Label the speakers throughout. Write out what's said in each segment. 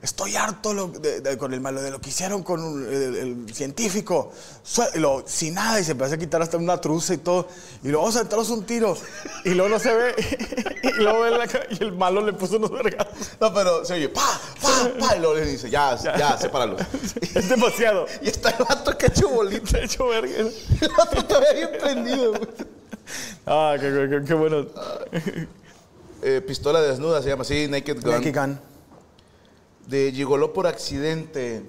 Speaker 1: Estoy harto lo- de, de- con el malo de lo que hicieron con un- el, el científico. Sue- lo- sin nada, y se empieza a quitar hasta una truza y todo. Y luego vamos a entraros un tiro. Y luego no se ve. Y luego ve la ca- y el malo le puso unos vergazos.
Speaker 2: No, pero se oye, pa, pa, pa, y luego le dice, ya, ya, sepáralo.
Speaker 1: Es demasiado.
Speaker 2: Y está el vato que ha hecho bolita.
Speaker 1: Se ha hecho verga.
Speaker 2: El vato todavía bien prendido, güey.
Speaker 1: Ah, qué, qué- qué- qué bueno.
Speaker 2: Eh, pistola desnuda se llama así, Naked Gun.
Speaker 1: Lucky Gun.
Speaker 2: De Gigoló por accidente.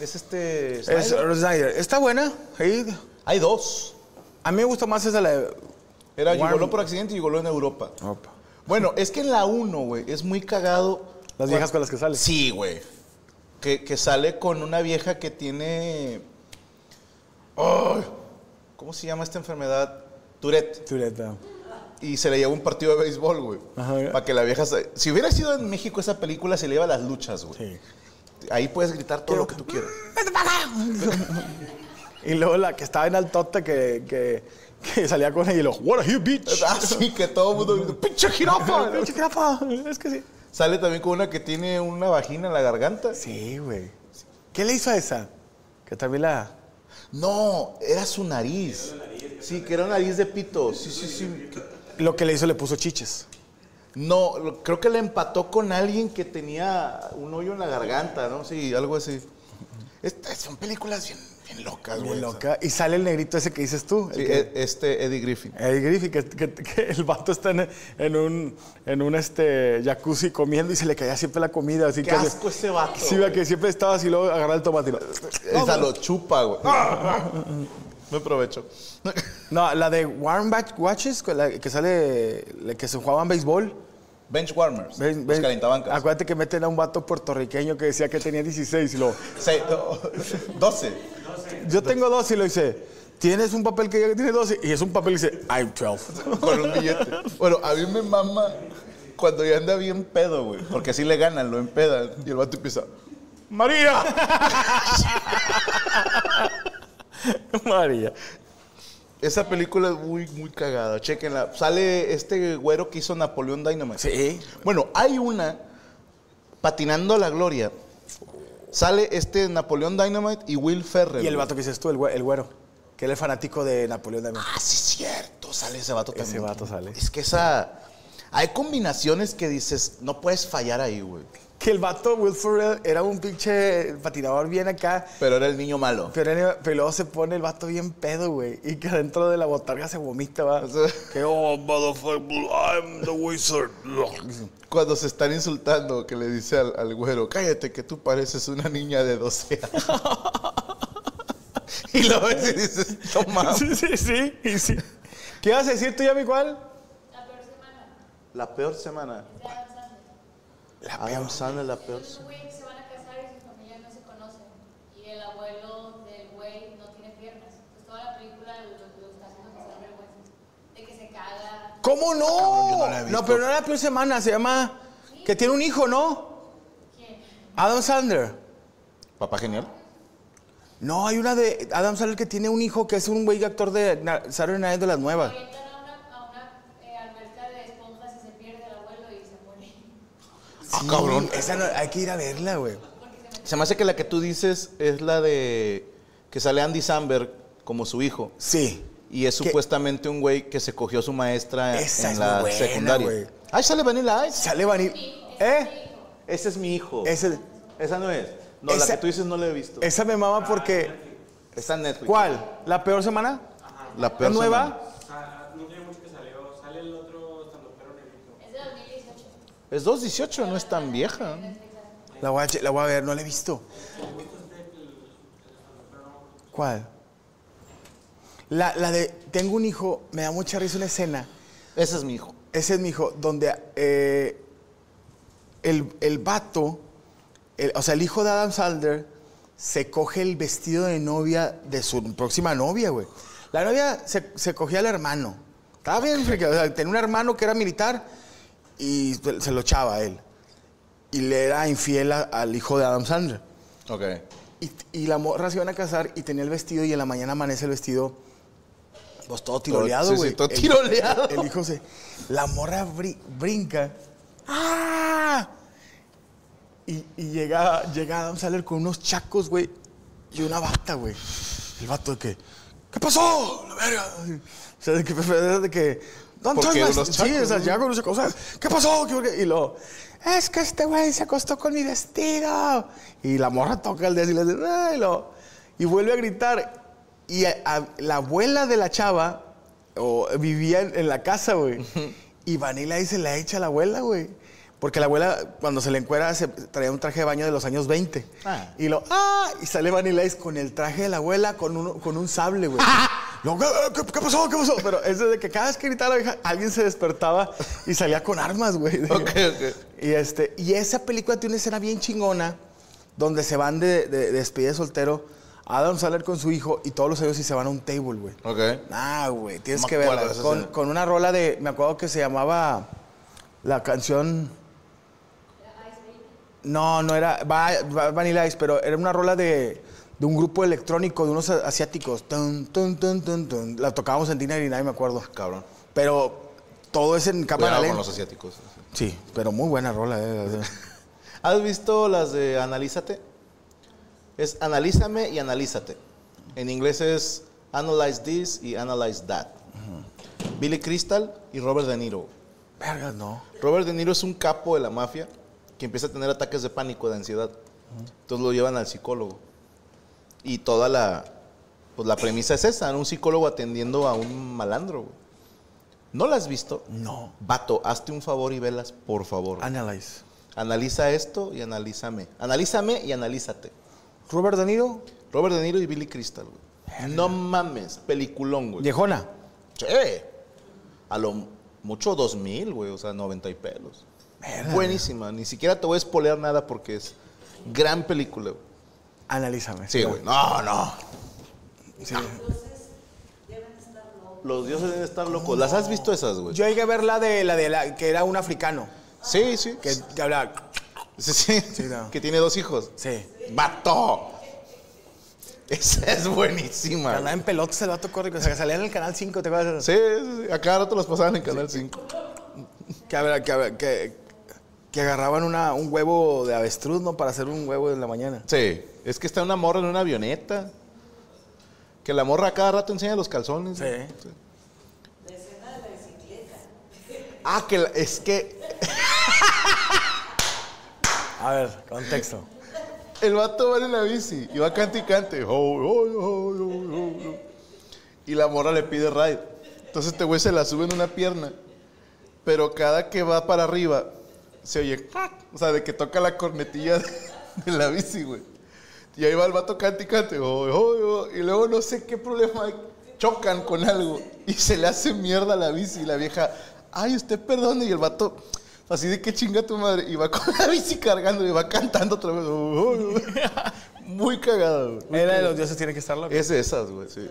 Speaker 2: Es este.
Speaker 1: Es ah.
Speaker 2: Snyder.
Speaker 1: Snyder. Está buena. Sí.
Speaker 2: Hay dos.
Speaker 1: A mí me gusta más esa la de.
Speaker 2: Era
Speaker 1: Warm.
Speaker 2: Gigoló por accidente y Gigoló en Europa.
Speaker 1: Opa.
Speaker 2: Bueno, es que en la uno, güey, es muy cagado.
Speaker 1: Las viejas con las que sale.
Speaker 2: Sí, güey. Que, que sale con una vieja que tiene. ¡Ay! ¿Cómo se llama esta enfermedad? Tourette.
Speaker 1: Tureta.
Speaker 2: y se le llevó un partido de béisbol, güey.
Speaker 1: Ajá.
Speaker 2: Para que la vieja. se- Si hubiera sido en México esa película, se le iba a las luchas, güey.
Speaker 1: Sí.
Speaker 2: Ahí puedes gritar todo lo que tú quieras.
Speaker 1: Y luego la que estaba en altota que, que, que salía con ella y lo. What are you, bitch?
Speaker 2: Así Ah, que todo el mundo grita, ¡pinche jirafa!
Speaker 1: Pinche jirafa. Es que sí.
Speaker 2: Sale también con una que tiene una vagina en la garganta.
Speaker 1: Sí, güey. ¿Qué le hizo a esa? Que también la.
Speaker 2: No, era su nariz. Sí, que era nariz de pito. Sí, sí, sí.
Speaker 1: Lo que le hizo le puso chiches.
Speaker 2: No, lo- creo que la empató con alguien que tenía un hoyo en la garganta, ¿no? Sí, algo así. Estas son películas bien, bien locas, güey.
Speaker 1: Muy loca. Y sale el negrito ese que dices tú.
Speaker 2: Sí,
Speaker 1: el que-
Speaker 2: e- este Eddie Griffin.
Speaker 1: Eddie Griffith, que, que- que el vato está en, en un, en un este, jacuzzi comiendo y se le caía siempre la comida. Así
Speaker 2: Qué
Speaker 1: que
Speaker 2: asco ese vato,
Speaker 1: Sí, vea
Speaker 2: güey.
Speaker 1: que siempre estaba así, luego agarraba el tomate y lo-
Speaker 2: Esa lo chupa, güey. Me aprovecho.
Speaker 1: No, la de Warm Batch Watches, con la que sale, la que se jugaban béisbol.
Speaker 2: Bench warmers.
Speaker 1: Ven-
Speaker 2: los
Speaker 1: ven-
Speaker 2: calentabancas.
Speaker 1: Acuérdate que meten a un vato puertorriqueño que decía que tenía 16 y lo...
Speaker 2: Se- no, 12.
Speaker 1: Yo tengo 12 y lo dice, tienes un papel que diga que tiene 12 y es un papel y dice, I'm 12.
Speaker 2: Con un billete. Bueno, a mí me mama cuando ya anda bien pedo, güey. Porque así le ganan, lo empedan. Y el vato empieza.
Speaker 1: María. María.
Speaker 2: Esa película es muy, muy cagada. Chequenla. Sale este güero que hizo Napoleón Dynamite.
Speaker 1: Sí.
Speaker 2: Bueno, hay una, Patinando a la Gloria. Sale este Napoleón Dynamite y Will Ferrell.
Speaker 1: Y el
Speaker 2: güey.
Speaker 1: vato que dices tú, el, güe- el güero, que él es fanático de Napoleón también.
Speaker 2: Ah, sí, cierto. Sale ese vato
Speaker 1: Ese
Speaker 2: también.
Speaker 1: vato sale.
Speaker 2: Es que esa. Hay combinaciones que dices, no puedes fallar ahí, güey.
Speaker 1: Que el vato, Will Ferrell, era un pinche patinador bien acá.
Speaker 2: Pero era el niño malo.
Speaker 1: Pero, era- pero luego se pone el vato bien pedo, güey. Y que dentro de la botarga se vomita, va.
Speaker 2: O sea,
Speaker 1: Que, oh, motherfucker, I'm the wizard.
Speaker 2: Cuando se están insultando, que le dice al, al güero, cállate que tú pareces una niña de 12 años. y lo ves y dices, toma.
Speaker 1: Sí, sí, sí, y sí. ¿Qué vas a decir tú, Yami, cuál?
Speaker 2: La peor semana. Adam Sandler, la peor semana.
Speaker 3: güey se van a casar y sus familias no se conocen. Y el abuelo del güey no tiene piernas. Pues toda la película lo, lo está haciendo pasar vergüenza. De que se caga.
Speaker 1: ¿Cómo no?
Speaker 2: no la he visto.
Speaker 1: pero no era la peor semana, se llama. Que tiene un hijo, ¿no? Adam Sandler.
Speaker 2: Papá genial.
Speaker 1: No, hay una de Adam Sandler que tiene un hijo que es un güey actor de Na- Saturday Night de las nuevas.
Speaker 3: Avientan a una, a una eh, alberca de esponjas y se pierde el abuelo y se muere.
Speaker 2: Ah, cabrón.
Speaker 1: Esa no- hay que ir a verla, güey.
Speaker 2: Se me hace que la que tú dices es la de que sale Andy Samberg como su hijo.
Speaker 1: Sí.
Speaker 2: Y es
Speaker 1: ¿Qué?
Speaker 2: supuestamente un güey que se cogió a su maestra
Speaker 1: Esa es
Speaker 2: en la
Speaker 1: muy buena,
Speaker 2: secundaria.
Speaker 1: güey.
Speaker 2: Ahí sale Vanilla Ice.
Speaker 1: Sale Vanilla. ¿Eh?
Speaker 2: Ese es mi hijo.
Speaker 1: Es el.
Speaker 2: Esa no es. No, la
Speaker 1: Esa-
Speaker 2: que tú dices no la he visto.
Speaker 1: Esa me mama porque.
Speaker 2: Está en Netflix.
Speaker 1: ¿Cuál? ¿La peor semana?
Speaker 2: La
Speaker 1: ¿La
Speaker 2: peor semana.
Speaker 1: nueva?
Speaker 4: No tiene mucho que salió. Sale el otro estandopero negrito.
Speaker 3: Es de
Speaker 2: Es
Speaker 3: 2018.
Speaker 2: 2.18, no es tan vieja.
Speaker 1: La voy, a, che- la voy a ver, no la he visto. ¿Cuál? La, la de Tengo un hijo, me da mucha risa una escena.
Speaker 2: Ese es mi hijo.
Speaker 1: Ese es mi hijo, donde eh, el, el vato, el- o sea, el hijo de Adam Sandler, se coge el vestido de novia de su próxima novia, güey. La novia se, se cogía al hermano. Estaba bien, frica, o sea, tenía un hermano que era militar y se se lo echaba a él. Y le era infiel a- al hijo de Adam Sandler.
Speaker 2: Ok.
Speaker 1: Y, y la morra se iban a casar y tenía el vestido y en la mañana amanece el vestido. Pues todo tiroleado,
Speaker 2: sí, sí,
Speaker 1: güey.
Speaker 2: todo
Speaker 1: El-
Speaker 2: tiroleado.
Speaker 1: El, hijo se. La morra bri- brinca. ¡Ah! Y, y llega, llega Adam Sandler con unos chacos, güey. Y una bata, güey. El vato de que. ¿Qué pasó? La verga. O sea, de que. De que "Don't
Speaker 2: ¿Por
Speaker 1: touch
Speaker 2: qué
Speaker 1: my-"
Speaker 2: unos
Speaker 1: Sí, o sea,
Speaker 2: chacos?
Speaker 1: llega con unos chacos. o sea, ¿Qué pasó? ¿Qué- qué?" Y lo. Es que este güey se acostó con mi vestido. Y la morra toca el dedo y le dice. "Ah", Y, lo- y vuelve a gritar. Y a- a- la abuela de la chava o, vivía en, en la casa, güey. Y Vanilla ahí se la echa a la abuela, güey. Porque la abuela, cuando se le encuera, se traía un traje de baño de los años 20.
Speaker 2: Ah.
Speaker 1: Y lo, ¡ah! Y sale Vanilla Ice con el traje de la abuela, con un, con un sable, güey. Lo, ¿qué, qué- qué pasó? ¿Qué pasó? Pero es de que cada vez que gritaba la vieja, alguien se despertaba y salía con armas, güey.
Speaker 2: Ok, ok.
Speaker 1: Y, este, y esa película tiene una escena bien chingona donde se van de, de, de despedida de soltero Adam Sandler con su hijo y todos los ellos y se van a un table, güey.
Speaker 2: Ok.
Speaker 1: Nah, güey, tienes
Speaker 2: No me
Speaker 1: que
Speaker 2: acuerdo
Speaker 1: verla.
Speaker 2: de esa
Speaker 1: Con,
Speaker 2: escena.
Speaker 1: con una rola de, me acuerdo que se llamaba la canción... No, no era Va- Va- Vanilla Ice, pero era una rola de, de un grupo electrónico, de unos a- asiáticos. Tun, tun, tun, tun, tun. La tocábamos en Dinner y nadie me acuerdo.
Speaker 2: Ah, Cabrón.
Speaker 1: Pero todo es en cámara
Speaker 2: Cuidado con
Speaker 1: lenta.
Speaker 2: los asiáticos.
Speaker 1: Sí, pero muy buena rola. eh.
Speaker 2: ¿Has visto las de Analízate? Es Analízame y Analízate. En inglés es Analyze This y Analyze That. Billy Crystal y Robert De Niro.
Speaker 1: Vergas, no.
Speaker 2: Robert De Niro es un capo de la mafia que empieza a tener ataques de pánico, de ansiedad. Entonces lo llevan al psicólogo. Y toda la, pues la premisa es esa, ¿no? un psicólogo atendiendo a un malandro. güey. ¿No la has visto?
Speaker 1: No.
Speaker 2: Vato, hazte un favor y velas, por favor.
Speaker 1: Analyze.
Speaker 2: Analiza esto y analízame. Analízame y analízate.
Speaker 1: Robert De Niro,
Speaker 2: Robert De Niro y Billy Crystal, güey. No mames, peliculón, güey.
Speaker 1: Viejona.
Speaker 2: Che. A lo mucho 2000, güey, o sea, 90 y pelos. Buenísima, ni siquiera te voy a espolear nada porque es gran película. güey.
Speaker 1: Analízame.
Speaker 2: Sí, güey. No, no.
Speaker 1: Sí.
Speaker 2: Los dioses deben estar locos. ¿Las has visto esas, güey?
Speaker 1: Yo llegué a ver la de la de la que era un africano
Speaker 2: Sí, sí.
Speaker 1: que, que hablaba.
Speaker 2: Sí, sí.
Speaker 1: no.
Speaker 2: Que tiene dos hijos.
Speaker 1: Sí.
Speaker 2: ¡Vato! Esa es
Speaker 1: Que
Speaker 2: buenísima.
Speaker 1: andaba en pelotas el vato corre, o sea, que salía en el canal 5, ¿te acuerdas?
Speaker 2: Sí, sí, sí. a cada rato las pasaban en Canal 5.
Speaker 1: Que, habla- que, habla- que, que agarraban una, un huevo de avestruz, ¿no? Para hacer un huevo en la mañana.
Speaker 2: Sí, es que está una morra en una avioneta. Que la morra a cada rato enseña los calzones.
Speaker 1: Sí.
Speaker 2: Ah, que la- es que
Speaker 1: A ver, contexto.
Speaker 2: el vato va en la bici y va cante y cante. Oh, oh, oh, oh, oh, oh. Y la morra le pide ride. Entonces este güey se la sube en una pierna. Pero cada que va para arriba, se oye. clac. O sea, de que toca la cornetilla de, de la bici, güey. Y ahí va el vato cante y cante. oh, oh, oh, Y luego no sé qué problema hay. Chocan con algo. Y se le hace mierda a la bici. Y la vieja, ay, usted perdone. Y el vato, así de que chinga tu madre. Y va con la bici cargando y va cantando otra vez. oh, oh, oh. Muy cagado, güey. Muy
Speaker 1: Era de
Speaker 2: cagado.
Speaker 1: los dioses tiene que estar loco.
Speaker 2: Es de esas, güey, sí.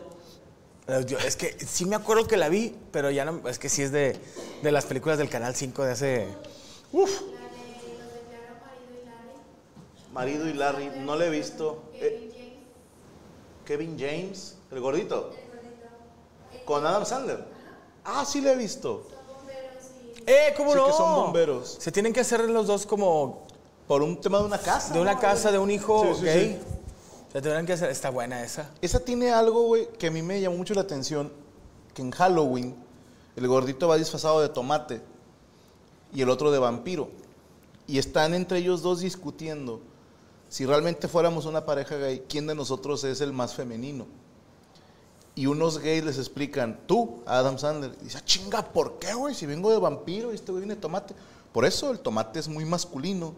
Speaker 1: Eh, yo- es que sí me acuerdo que la vi, pero ya no. Es que sí es de, de las películas del canal 5 de hace. Uf.
Speaker 2: Marido y Larry, no le he visto. Eh, Kevin James, el gordito. Con Adam Sandler. Ah, sí le he visto.
Speaker 1: ¡Eh, cómo
Speaker 2: Sí,
Speaker 1: no!
Speaker 2: que son bomberos.
Speaker 1: Se tienen que hacer los dos como
Speaker 2: Por un tema de una casa.
Speaker 1: de una
Speaker 2: ¿no?
Speaker 1: casa, de un hijo
Speaker 2: Sí, sí,
Speaker 1: gay.
Speaker 2: sí.
Speaker 1: Se tendrán que hacer. Está buena esa.
Speaker 2: Esa tiene algo, güey, que a mí me llamó mucho la atención. Que en Halloween el gordito va disfrazado de tomate y el otro de vampiro. Y están entre ellos dos discutiendo Si realmente fuéramos una pareja gay, ¿quién de nosotros es el más femenino? Y unos gays les explican, tú, Adam Sandler. Y dice, "Ah, chinga, ¿por qué, güey? Si vengo de vampiro y este güey viene de tomate. Por eso el tomate es muy masculino.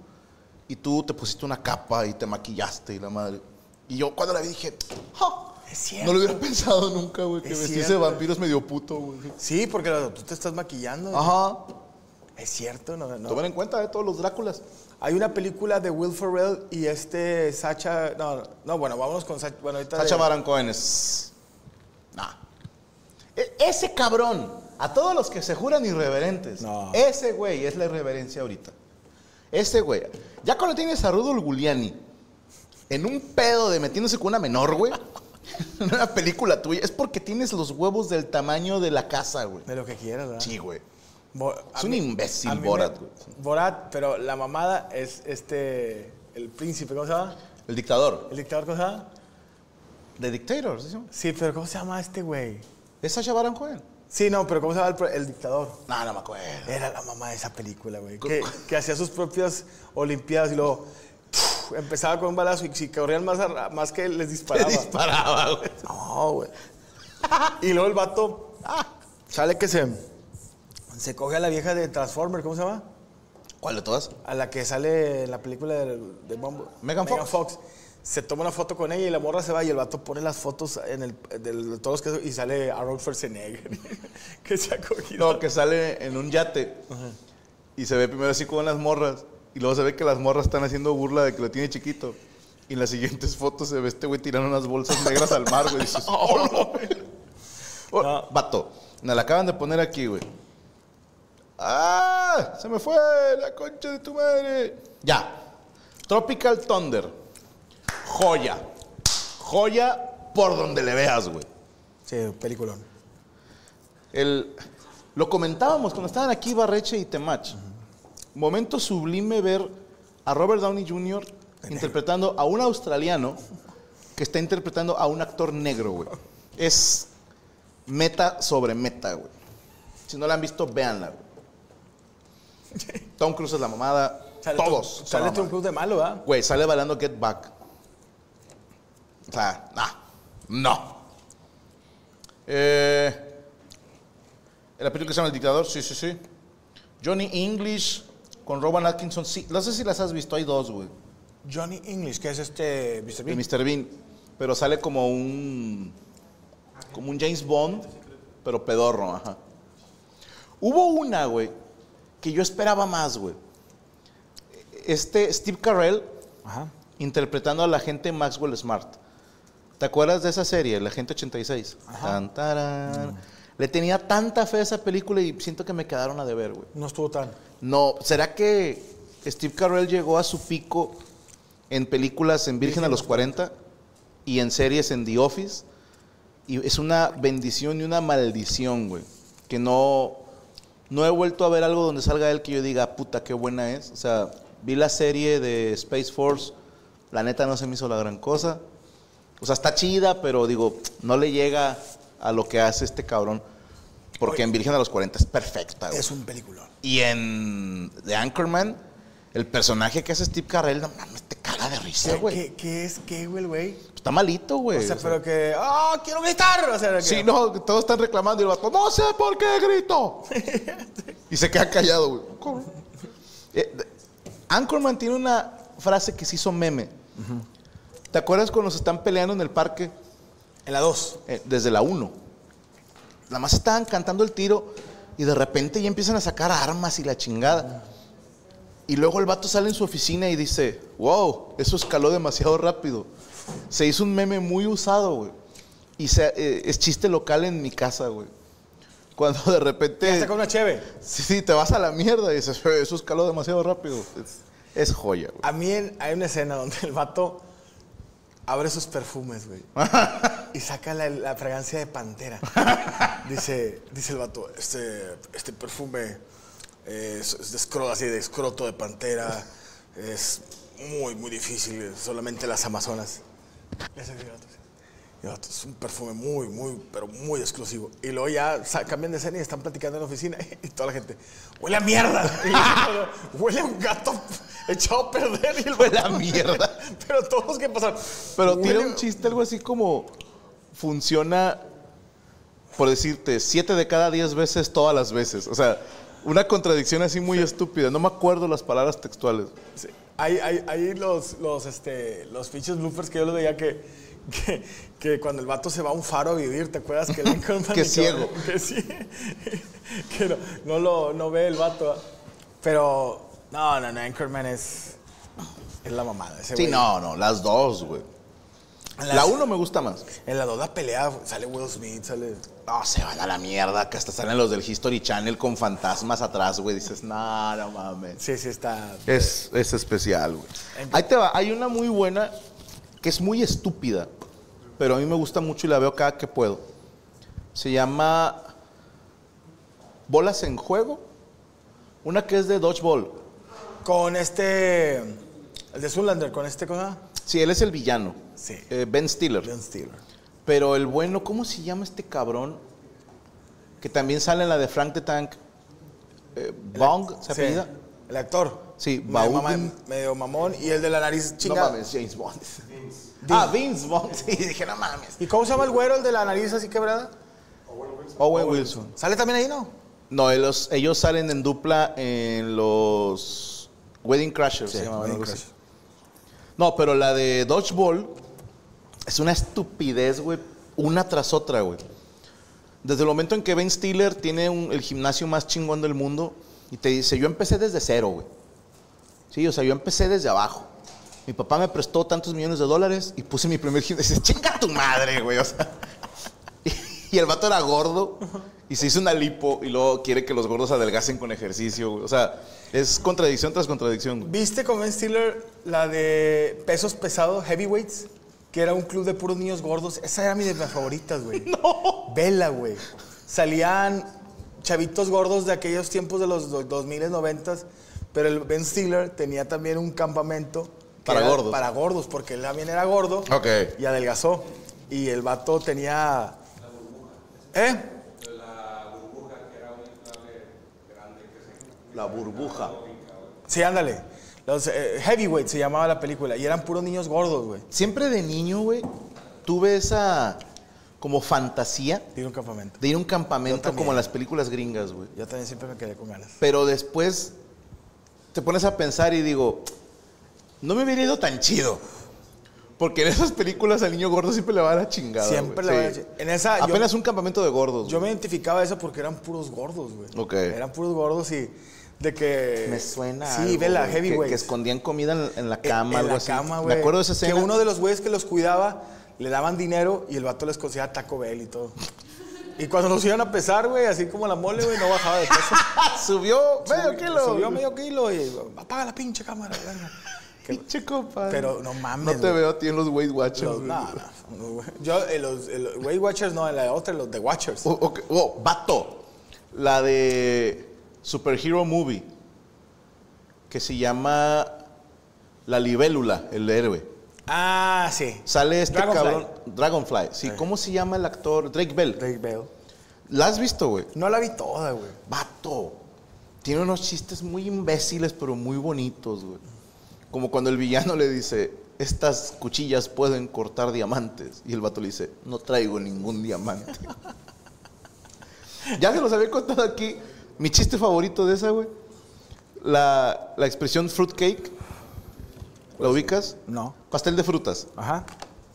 Speaker 2: Y tú te pusiste una capa y te maquillaste y la madre. Y yo cuando la vi dije, "Ja,
Speaker 1: Es cierto.
Speaker 2: no lo hubiera pensado nunca, güey, que
Speaker 1: Es
Speaker 2: vestirse de
Speaker 1: cierto.
Speaker 2: vampiro es medio puto, güey.
Speaker 1: Sí, porque lo- tú te estás maquillando.
Speaker 2: Ajá.
Speaker 1: Es cierto, no, no.
Speaker 2: Tomen en cuenta de todos los Dráculas.
Speaker 1: Hay una película de Will Ferrell y este Sacha. No, no, bueno, vámonos con Sacha. Bueno, ahorita.
Speaker 2: Sacha
Speaker 1: de-
Speaker 2: Baron Cohen es. Nah. E- ese cabrón, a todos los que se juran irreverentes,
Speaker 1: No.
Speaker 2: ese güey es la irreverencia ahorita. Ese güey. Ya cuando tienes a Rudolf Giuliani en un pedo de metiéndose con una menor, güey, en una película tuya, es porque tienes los huevos del tamaño de la casa, güey.
Speaker 1: De lo que quieras, ¿verdad?
Speaker 2: Sí, güey.
Speaker 1: Bo- a
Speaker 2: Es un
Speaker 1: mí-
Speaker 2: imbécil,
Speaker 1: a mí me-
Speaker 2: Borat, güey.
Speaker 1: Borat, pero la mamada es este. El príncipe, ¿cómo se llama?
Speaker 2: El dictador.
Speaker 1: El dictador, ¿cómo se llama?
Speaker 2: The Dictator, ¿sí?
Speaker 1: Sí, pero ¿cómo se llama este güey?
Speaker 2: Es Sacha Baron Cohen.
Speaker 1: Sí, no, pero ¿cómo se llama el, pro- el dictador?
Speaker 2: No, no me acuerdo.
Speaker 1: Era la mamá de esa película, güey. Que, que hacía sus propias olimpiadas y luego ¡puf! empezaba con un balazo y si corrían más, a- más que les disparaba.
Speaker 2: Disparaba, güey.
Speaker 1: No, güey. Y luego el vato ah, sale que se, se coge a la vieja de Transformer, ¿cómo se llama?
Speaker 2: ¿Cuál de todas?
Speaker 1: A la que sale en la película de, de Bumble-
Speaker 2: Megan Fox.
Speaker 1: Se toma una foto con ella y la morra se va y el vato pone las fotos en el, del- de todos los que y sale Arnold Schwarzenegger que se ha cogido.
Speaker 2: No, que sale en un yate y se ve primero así con unas morras y luego se ve que las morras están haciendo burla de que lo tiene chiquito. Y en las siguientes fotos se ve este güey tirando unas bolsas negras al mar, güey. Dices, "Hola, güey". Oh,
Speaker 1: No.
Speaker 2: Vato, me la acaban de poner aquí, güey. ¡Ah! Se me fue la concha de tu madre. Ya. Tropical Thunder. Joya. Joya por donde le veas, güey.
Speaker 1: Sí, peliculón.
Speaker 2: El- lo comentábamos cuando estaban aquí Barreche y Temach. Momento sublime ver a Robert Downey Jr. interpretando a un australiano que está interpretando a un actor negro, güey. Es meta sobre meta, güey. Si no la han visto, véanla, güey. Tom Cruise es la mamada.
Speaker 1: Sale
Speaker 2: Todos.
Speaker 1: Tom-
Speaker 2: son la
Speaker 1: Sale Tom
Speaker 2: mamada.
Speaker 1: Cruise de malo, ¿ah?
Speaker 2: Güey, sale bailando Get Back. O sea, nah, no. Eh, ¿El película que se llama El Dictador? Sí, sí, sí. Johnny English con Rowan Atkinson. Sí, no sé si las has visto, hay dos, güey.
Speaker 1: Johnny English, que es este Mr.
Speaker 2: De
Speaker 1: Bean.
Speaker 2: Mr. Bean. Pero sale como un. Como un James Bond, pero pedorro, ajá. Hubo una, güey, que yo esperaba más, güey. Este Steve Carell
Speaker 1: Ajá.
Speaker 2: interpretando a la gente Maxwell Smart. ¿Te acuerdas de esa serie, La Gente 86? Tan, tarán. Le tenía tanta fe a esa película y siento que me quedaron a deber, güey.
Speaker 1: No estuvo tan.
Speaker 2: No, ¿será que Steve Carell llegó a su pico en películas en Virgen a los 40 y en series en The Office? Y es una bendición y una maldición, güey. Que no, no he vuelto a ver algo donde salga él que yo diga, puta, qué buena es. O sea, vi la serie de Space Force, la neta no se me hizo la gran cosa. O sea, está chida, pero digo, no le llega a lo que hace este cabrón. Porque en Virgen a los 40 es perfecta, güey.
Speaker 1: Es un peliculón.
Speaker 2: Y en The Anchorman, el personaje que hace Steve Carell, no mames, te caga de risa,
Speaker 1: ¿Qué,
Speaker 2: güey.
Speaker 1: qué, qué es qué, güey, el güey?
Speaker 2: Está malito, güey.
Speaker 1: O sea,
Speaker 2: O sea,
Speaker 1: pero que. ¡Ah, quiero gritar! O sea, que-
Speaker 2: Sí, no, todos están reclamando y el vato, no sé por qué grito. y se queda callado, güey. ¿Cómo? Eh, de- Anchorman tiene una frase que se hizo meme. ¿Te acuerdas cuando se están peleando en el parque?
Speaker 1: En la 2.
Speaker 2: eh, desde la 1. Nada más estaban cantando el tiro y de repente ya empiezan a sacar armas y la chingada. Y luego el vato sale en su oficina y dice, wow, eso escaló demasiado rápido. Se hizo un meme muy usado, güey. Y se- eh, es chiste local en mi casa, güey. Cuando de repente...
Speaker 1: Está con una cheve.
Speaker 2: Sí, sí, te vas a la mierda y dices, "Eh, eso escaló demasiado rápido. Es, es joya, güey.
Speaker 1: A mí en- hay una escena donde el vato abre sus perfumes, güey. y saca la, la fragancia de pantera. dice, dice el vato, este, este perfume eh, es, es de escroto, así de escroto de pantera. Es muy, muy difícil. eh, Solamente las amazonas. Y hace así el vato, así. Y el vato, Es un perfume muy, muy, pero muy exclusivo. Y luego ya sa- cambian de escena y están platicando en la oficina y toda la gente, huele a mierda. Y yo, huele a un gato echado a perder. Y el
Speaker 2: Fue la mierda.
Speaker 1: Pero todos que pasaron.
Speaker 2: Pero tira un chiste, algo así como funciona, por decirte, siete de cada diez veces, todas las veces. O sea, una contradicción así muy estúpida. No me acuerdo las palabras textuales.
Speaker 1: Sí. Hay, hay- hay los, los, este, los fiches bloopers que yo los veía que, que, que cuando el vato se va a un faro a vivir, ¿te acuerdas? Que, Lincoln
Speaker 2: Que ciego.
Speaker 1: Que, sí, que no, no lo, no ve el vato. ¿ah? Pero, no, no, no, Anchorman es, es la mamada. Ese
Speaker 2: Sí,
Speaker 1: güey.
Speaker 2: no, no, las dos, güey.
Speaker 1: En
Speaker 2: La uno me gusta más.
Speaker 1: En la dos la pelea sale Will Smith, sale...
Speaker 2: No, se van a la mierda, que hasta salen los del History Channel con fantasmas atrás, güey. Dices, no, no mames.
Speaker 1: Sí, sí, está...
Speaker 2: Es, es especial, güey. Ahí te va. Hay una muy buena que es muy estúpida, pero a mí me gusta mucho y la veo cada que puedo. Se llama Bolas en Juego. Una que es de dodgeball.
Speaker 1: Con este... El de Zoolander, con este... ¿Cómo se llama?
Speaker 2: Sí, él es el villano.
Speaker 1: Sí.
Speaker 2: Eh, ben Stiller.
Speaker 1: Ben Stiller.
Speaker 2: Pero el bueno, ¿cómo se llama este cabrón? Que también sale en la de Frank the Tank. Eh, Bong, ¿se
Speaker 1: Sí,
Speaker 2: apellida?
Speaker 1: El actor.
Speaker 2: Sí,
Speaker 1: medio,
Speaker 2: Baúl.
Speaker 1: mamá- medio mamón. Y el de la nariz chingada.
Speaker 2: No mames, James Bond. Ah, Vince Bond. Sí, dije, no mames.
Speaker 1: ¿Y cómo se llama el güero, el de la nariz así quebrada?
Speaker 2: Owen Wilson.
Speaker 1: ¿Sale también ahí, no?
Speaker 2: No, ellos, ellos salen en dupla en los Wedding Crashers. se llamaban, algo así. No, pero la de Dodgeball es una estupidez, güey, una tras otra, güey. Desde el momento en que Ben Stiller tiene un- el gimnasio más chingón del mundo y te dice, yo empecé desde cero, güey. Sí, o sea, yo empecé desde abajo. Mi papá me prestó tantos millones de dólares y puse mi primer gimnasio. Dice, chinga tu madre, güey, o sea. Y el vato era gordo y se hizo una lipo y luego quiere que los gordos adelgacen con ejercicio, güey. O sea, es contradicción tras contradicción, güey.
Speaker 1: ¿Viste con Ben Stiller la de pesos pesados, heavyweights? Que era un club de puros niños gordos. Esa era mi de mis favoritas, güey. ¡No! Vela, güey. Salían chavitos gordos de aquellos tiempos de los 2000, 90 pero el Ben Stiller tenía también un campamento que
Speaker 2: Para
Speaker 1: era
Speaker 2: gordos.
Speaker 1: Para gordos, porque él también era gordo.
Speaker 2: Ok.
Speaker 1: Y adelgazó. Y el vato tenía. ¿Eh?
Speaker 2: La burbuja.
Speaker 1: Sí, ándale. Los eh, Heavyweight se llamaba la película. Y eran puros niños gordos, güey.
Speaker 2: Siempre de niño, güey, tuve esa como fantasía
Speaker 1: De ir a un campamento.
Speaker 2: de ir a un
Speaker 1: Yo
Speaker 2: campamento
Speaker 1: también.
Speaker 2: como en las películas gringas, güey.
Speaker 1: Yo también siempre me quedé con ganas.
Speaker 2: Pero después te pones a pensar y digo, no me hubiera ido tan chido. Porque en esas películas al niño gordo siempre le va a la Ah, chingada.
Speaker 1: Siempre
Speaker 2: güey.
Speaker 1: le va a la chi- en esa, yo-
Speaker 2: Apenas un campamento de gordos.
Speaker 1: Yo
Speaker 2: güey.
Speaker 1: me identificaba eso porque eran puros gordos, güey.
Speaker 2: Ok.
Speaker 1: Eran puros gordos y de que...
Speaker 2: Me suena.
Speaker 1: Sí,
Speaker 2: algo,
Speaker 1: vela,
Speaker 2: güey, que-
Speaker 1: Heavyweight.
Speaker 2: Que, escondían comida en, en la cama,
Speaker 1: en
Speaker 2: algo
Speaker 1: la
Speaker 2: así.
Speaker 1: cama,
Speaker 2: Me
Speaker 1: güey.
Speaker 2: acuerdo de esa escena.
Speaker 1: Que uno de los güeyes que los cuidaba le daban dinero y el vato les conseguía Taco Bell y todo. Y cuando nos iban a pesar, güey, así como la mole, güey, no bajaba de peso.
Speaker 2: ¡Ah! subió medio
Speaker 1: Subió-
Speaker 2: kilo.
Speaker 1: Subió medio kilo y apaga la pinche cámara, verga. Que-
Speaker 2: Pinche compa.
Speaker 1: Pero no mames,
Speaker 2: No te
Speaker 1: güey.
Speaker 2: veo a ti en los Weight Watchers.
Speaker 1: Los,
Speaker 2: güey.
Speaker 1: no, no, no, güey. Yo, eh, los, eh, los Weight Watchers, no, en la otra, los The Watchers.
Speaker 2: O- ok, oh, vato. La de Superhero Movie. Que se llama La Libélula, el héroe.
Speaker 1: Ah, sí.
Speaker 2: Sale este
Speaker 1: Dragonfly. Eh.
Speaker 2: cabrón. Dragonfly. Sí, ¿cómo se llama el actor? Drake Bell.
Speaker 1: Drake Bell.
Speaker 2: ¿La has visto, güey?
Speaker 1: No la vi toda, güey.
Speaker 2: Vato. Tiene unos chistes muy imbéciles, pero muy bonitos, güey. Como cuando el villano le dice, estas cuchillas pueden cortar diamantes. Y el vato le dice, no traigo ningún diamante. ya se los había contado aquí. Mi chiste favorito de esa, güey. La, la expresión fruitcake. ¿La ubicas?
Speaker 1: No.
Speaker 2: Pastel de frutas.
Speaker 1: Ajá.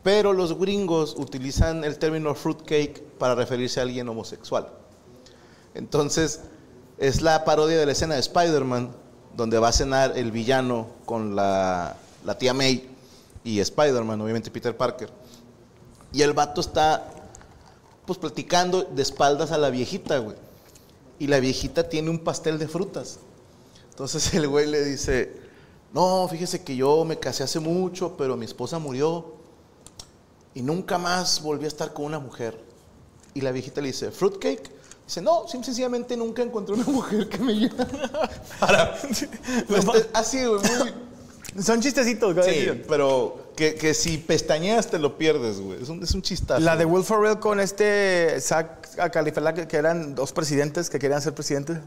Speaker 2: Pero los gringos utilizan el término fruitcake para referirse a alguien homosexual. Entonces, es la parodia de la escena de Spider-Man, donde va a cenar el villano con la, la tía May y Spider-Man, obviamente Peter Parker. Y el vato está, pues, platicando de espaldas a la viejita, güey. Y la viejita tiene un pastel de frutas. Entonces el güey le dice, no, fíjese que yo me casé hace mucho, pero mi esposa murió y nunca más volví a estar con una mujer. Y la viejita le dice, ¿fruitcake? Dice, no, sim- sencillamente nunca encontré una mujer que me llena.
Speaker 1: Para.
Speaker 2: Este, así, güey, muy...
Speaker 1: Son chistecitos, güey.
Speaker 2: Sí, pero que, que si pestañeas te lo pierdes, güey. Es un, es un chistazo.
Speaker 1: La de Will Ferrell con este Zach Califalac, que eran dos presidentes que querían ser presidentes.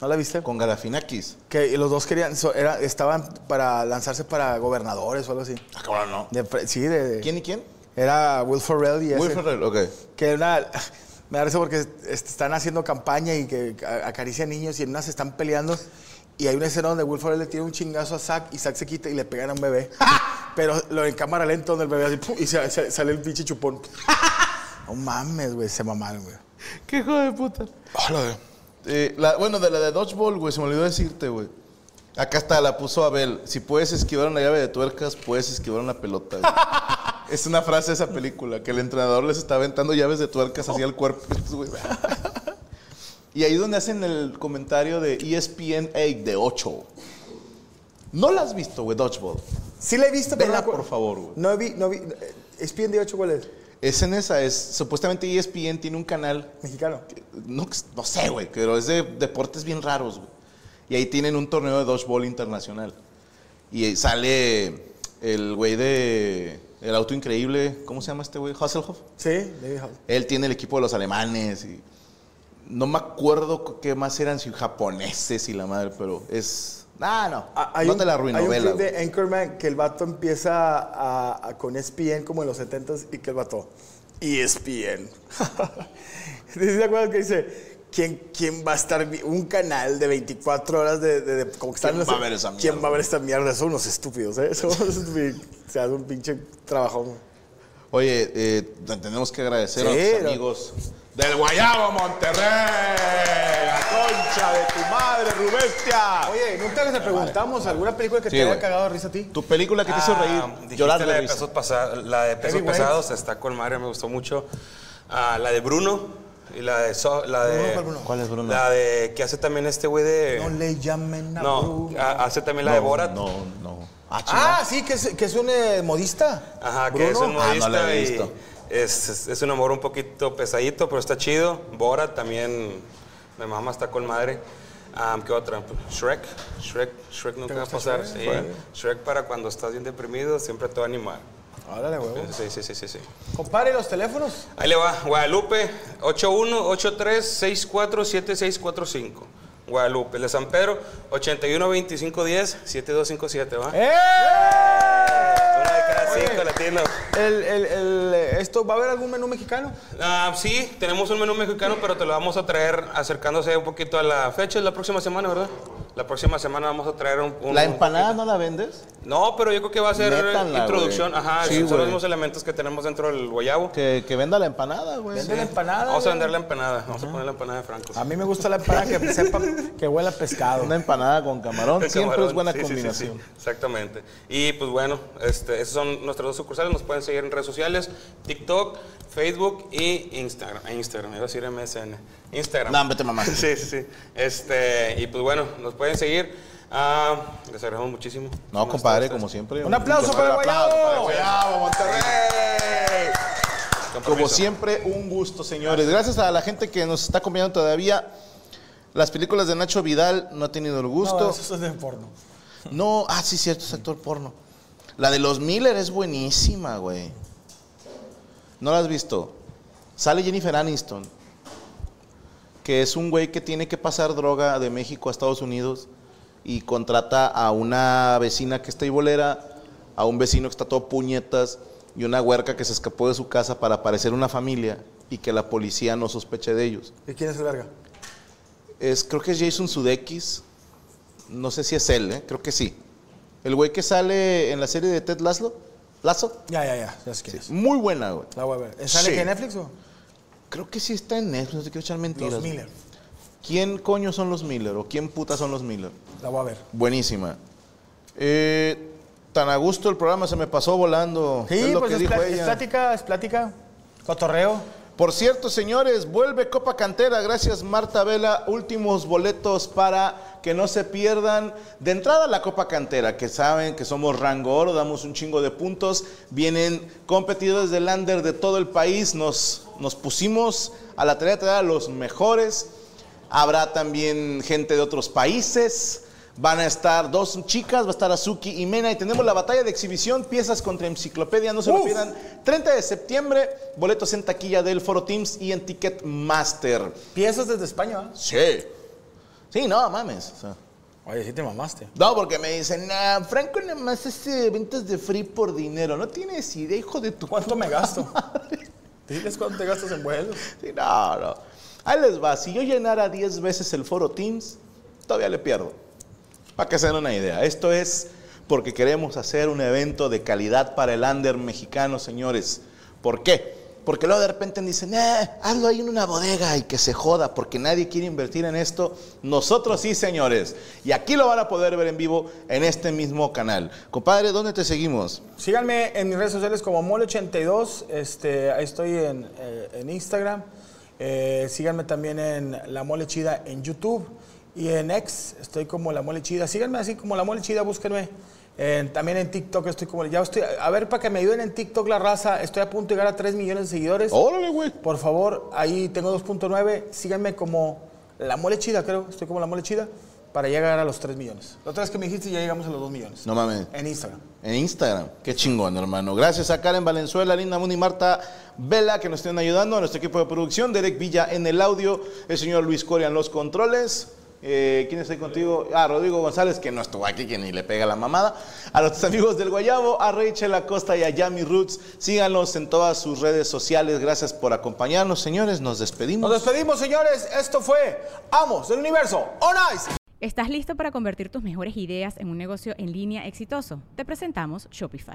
Speaker 1: ¿No la viste?
Speaker 2: Con Galafinakis.
Speaker 1: Que los dos querían, so- era- estaban para lanzarse para gobernadores o algo así.
Speaker 2: Ah, cabrón, no.
Speaker 1: De pre- sí, de, de-
Speaker 2: ¿Quién y quién?
Speaker 1: Era Will Ferrell y ese-
Speaker 2: Will Ferrell, ok.
Speaker 1: Que era- me da risa porque est- están haciendo campaña y que a- acarician niños y en una se están peleando. Y hay una escena donde Will Ferrell le tira un chingazo a Zack y Zack se quita y le pegan a un bebé. Pero lo en cámara lenta donde el bebé así, ¡pum! y sa- sa- sale el pinche chupón. No mames, güey, se mamaron, güey.
Speaker 2: Qué hijo Ah, de puta. Eh, la- bueno, de la de Dodgeball, güey, se me olvidó decirte, güey. Acá está, la puso Abel. Si puedes esquivar una llave de tuercas, puedes esquivar una pelota. güey. es una frase de esa película, que el entrenador les está aventando llaves de tuercas hacia el cuerpo. Estos, güey. y ahí donde hacen el comentario de E ESPN 8 de 8. No la has visto, güey, Dodgeball.
Speaker 1: Sí la he visto, pero
Speaker 2: Vela,
Speaker 1: no me acu-
Speaker 2: por favor, güey.
Speaker 1: No vi, no vi. eh, ¿ESPN de 8 cuál es?
Speaker 2: Es en esa, es supuestamente E ESPN tiene un canal
Speaker 1: Mexicano.
Speaker 2: No, no sé, güey, pero es de deportes bien raros, güey. Y ahí tienen un torneo de dodgeball internacional. Y eh, sale el güey de El Auto Increíble, ¿cómo se llama este güey? Hasselhoff.
Speaker 1: Sí, David House.
Speaker 2: Él tiene el equipo de los alemanes y no me acuerdo cu- qué más eran, si japoneses y la madre, pero es... Ah, no,
Speaker 1: Ah, Hay
Speaker 2: no
Speaker 1: un-
Speaker 2: te la arruino,
Speaker 1: Hay un
Speaker 2: vela,
Speaker 1: clip
Speaker 2: güey.
Speaker 1: de Anchorman que el vato empieza a- a- con E ESPN como en los 70s y que el vato, E ESPN. ¿Sí ¿Te acuerdas que dice, ¿quién, quién va a estar, vi- un canal de 24 horas de, de- de- como que están
Speaker 2: ¿Quién
Speaker 1: los-
Speaker 2: va a ver esa
Speaker 1: ¿Quién
Speaker 2: mierda?
Speaker 1: va a ver esta mierda? Son unos estúpidos, ¿eh? Son unos estúpidos. Se hace un pinche trabajón.
Speaker 2: Oye, eh, te- tenemos que agradecer a
Speaker 1: Sí,
Speaker 2: nuestros
Speaker 1: no.
Speaker 2: amigos del Guayabo Monterrey, la concha de tu madre, Rubestia.
Speaker 1: Oye, nunca les preguntamos alguna película que
Speaker 2: Sí,
Speaker 1: te
Speaker 2: güey.
Speaker 1: haya cagado de risa a ti.
Speaker 2: Tu película que te hizo reír, llorar de
Speaker 4: Ah, la
Speaker 2: la
Speaker 4: de
Speaker 2: risa.
Speaker 4: pesos, pasa- la de pesos
Speaker 1: Heavyweights.
Speaker 4: pesados está con madre, me gustó mucho. Ah, la de Bruno y la de... So- la de
Speaker 1: ¿Cuál Bruno?
Speaker 2: ¿Cuál es Bruno?
Speaker 4: La de... que hace también este güey de...
Speaker 1: No le llamen a
Speaker 4: No,
Speaker 1: Bruno.
Speaker 4: a- hace también la de Borat.
Speaker 2: No, no. Ah,
Speaker 1: Ah, sí, que es, que es un eh, modista.
Speaker 4: Ajá, que
Speaker 1: Bruno.
Speaker 4: es un
Speaker 2: Ah, no
Speaker 4: modista
Speaker 2: la he
Speaker 4: y
Speaker 2: visto.
Speaker 4: es, es- es un amor un poquito pesadito, pero está chido. Bora también, mi mamá está con madre. Ah, ¿Qué otra? Shrek, Shrek, Shrek nunca va a pasar. sí. Shrek para cuando estás bien deprimido, siempre te va a animar.
Speaker 1: Órale, huevo.
Speaker 4: Sí, sí, sí, sí, sí.
Speaker 1: Compare los teléfonos.
Speaker 4: Ahí le va, Guadalupe, 8183647645. Guadalupe, el de San Pedro, 812510-7257, ¿va?
Speaker 1: ¡Eh!
Speaker 4: Una de cada cinco latinos.
Speaker 1: El, el, el, eh, ¿Esto va a haber algún menú mexicano?
Speaker 4: Ah, sí, tenemos un menú mexicano, pero te lo vamos a traer acercándose un poquito a la fecha, es la próxima semana, ¿verdad? La próxima semana vamos a traer un... un-
Speaker 2: ¿La empanada no la vendes?
Speaker 4: No, pero yo creo que va a ser
Speaker 2: Métanla,
Speaker 4: introducción.
Speaker 2: güey.
Speaker 4: Ajá,
Speaker 2: Sí,
Speaker 4: son los
Speaker 2: güey.
Speaker 4: mismos elementos que tenemos dentro del guayabo.
Speaker 2: Que, que venda la empanada, güey.
Speaker 1: Vende la empanada.
Speaker 4: Vamos a
Speaker 1: güey.
Speaker 4: vender la empanada, vamos a poner la empanada de Franco.
Speaker 1: A mí me gusta la empanada que sepa que huele a pescado.
Speaker 2: Una empanada con camarón
Speaker 4: El
Speaker 2: siempre
Speaker 4: camarón,
Speaker 2: es buena
Speaker 4: sí, sí, sí,
Speaker 2: combinación.
Speaker 4: sí, Exactamente. Y pues bueno, este, esos son nuestros dos sucursales, nos pueden seguir en redes sociales, TikTok, Facebook y Instagram. E Instagram, iba a decir MSN. Instagram.
Speaker 2: No, vete mamá.
Speaker 4: Sí, sí, sí. Este, y pues bueno, nos pueden seguir. Ah, les agradecemos muchísimo.
Speaker 2: No, compadre, como siempre.
Speaker 1: Un aplauso para el
Speaker 2: aplauso
Speaker 1: Guayabo.
Speaker 2: para el Guayabo, Monterrey.
Speaker 4: Con permiso.
Speaker 2: Como siempre, un gusto, señores. Gracias a la gente que nos está acompañando todavía. Las películas de Nacho Vidal no he tenido el gusto.
Speaker 1: No, eso es de porno.
Speaker 2: No, ah, sí, cierto, es actor porno. La de los Miller es buenísima, güey. ¿No la has visto? Sale Jennifer Aniston, que es un güey que tiene que pasar droga de México a Estados Unidos y contrata a una vecina que está bolera, a un vecino que está todo puñetas y una huerca que se escapó de su casa para parecer una familia y que la policía no sospeche de ellos.
Speaker 1: ¿Y quién es el verga?
Speaker 2: Es, creo que es Jason Sudeikis. No sé si es él, ¿eh? creo que sí. El güey que sale en la serie de Ted Lasso. Lasso.
Speaker 1: Ya, ya, ya. Ya sé quién es.
Speaker 2: Muy buena, güey.
Speaker 1: La voy a ver. ¿Sale
Speaker 2: Sí.
Speaker 1: que en Netflix o?
Speaker 2: Creo que sí está en Netflix, no te quiero echar mentiras.
Speaker 1: Los
Speaker 2: güey.
Speaker 1: Miller.
Speaker 2: ¿Quién coño son los Miller o quién puta son los Miller?
Speaker 1: La voy a ver.
Speaker 2: Buenísima. Eh, tan a gusto el programa se me pasó volando. es
Speaker 5: pues
Speaker 2: lo que dijo
Speaker 1: pues pla-
Speaker 2: ella.
Speaker 1: plática, es plática. Cotorreo.
Speaker 2: Por cierto, señores, vuelve Copa Cantera. Gracias, Marta Vela. Últimos boletos para que no se pierdan. De entrada, la Copa Cantera, que saben que somos rango oro, damos un chingo de puntos. Vienen competidores del under de todo el país. Nos, nos pusimos a la tarea de traer a los mejores. Habrá también gente de otros países. Van a estar dos chicas, va a estar Azuki y Mena. Y tenemos la batalla de exhibición, piezas contra enciclopedia, no se lo
Speaker 1: Uf.
Speaker 2: pierdan. 30 de septiembre, boletos en taquilla del Foro Teams y en Ticketmaster.
Speaker 1: Piezas desde España, ¿ah?
Speaker 2: Sí. Sí, no, mames. o sea.
Speaker 5: Oye, sí te mamaste.
Speaker 2: No, porque me dicen, nah, Franco nada más hace ventas de free por dinero. No tienes idea, hijo de tu
Speaker 5: ¿Cuánto me gasto? ¿Te dices cuánto te gastas en vuelos?
Speaker 2: Sí, no, no. Ahí les va. Si yo llenara 10 veces el foro Teams, todavía le pierdo. Para que se den una idea. Esto es porque queremos hacer un evento de calidad para el under mexicano, señores. ¿Por qué? Porque luego de repente dicen, eh, hazlo ahí en una bodega y que se joda, porque nadie quiere invertir en esto. Nosotros sí, señores. Y aquí lo van a poder ver en vivo en este mismo canal. Compadre, ¿dónde te seguimos?
Speaker 5: Síganme en mis redes sociales como Mole82. Este, ahí estoy en, eh, en Instagram. Eh, síganme también en La Mole Chida en YouTube. Y en X estoy como La Mole Chida. Síganme así como La Mole Chida, búsquenme. En- también en TikTok estoy como... Ya estoy, a ver, para que me ayuden en TikTok la raza, estoy a punto de llegar a 3 millones de seguidores.
Speaker 2: Órale, güey.
Speaker 5: Por favor, ahí tengo 2.9. Síganme como La Mole Chida, creo. Estoy como La Mole Chida para llegar a los 3 millones. La otra vez que me dijiste ya llegamos a los 2 millones.
Speaker 2: No mames.
Speaker 5: En Instagram.
Speaker 2: En Instagram. Qué chingón, hermano. Gracias a Karen Valenzuela, Linda Muni, Marta Vela, que nos estén ayudando, a nuestro equipo de producción, Derek Villa en el audio, el señor Luis Coria en los controles. Eh, ¿Quién está ahí contigo? Ah, Rodrigo González, que no estuvo aquí, que ni le pega la mamada. A nuestros amigos del Guayabo, a Rachel Acosta y a Yami Roots. Síganos en todas sus redes sociales. Gracias por acompañarnos, señores. Nos despedimos.
Speaker 5: Nos despedimos, señores. Esto fue Amos del Universo. ¡On Ice!
Speaker 6: ¿Estás listo para convertir tus mejores ideas en un negocio en línea exitoso? Te presentamos Shopify.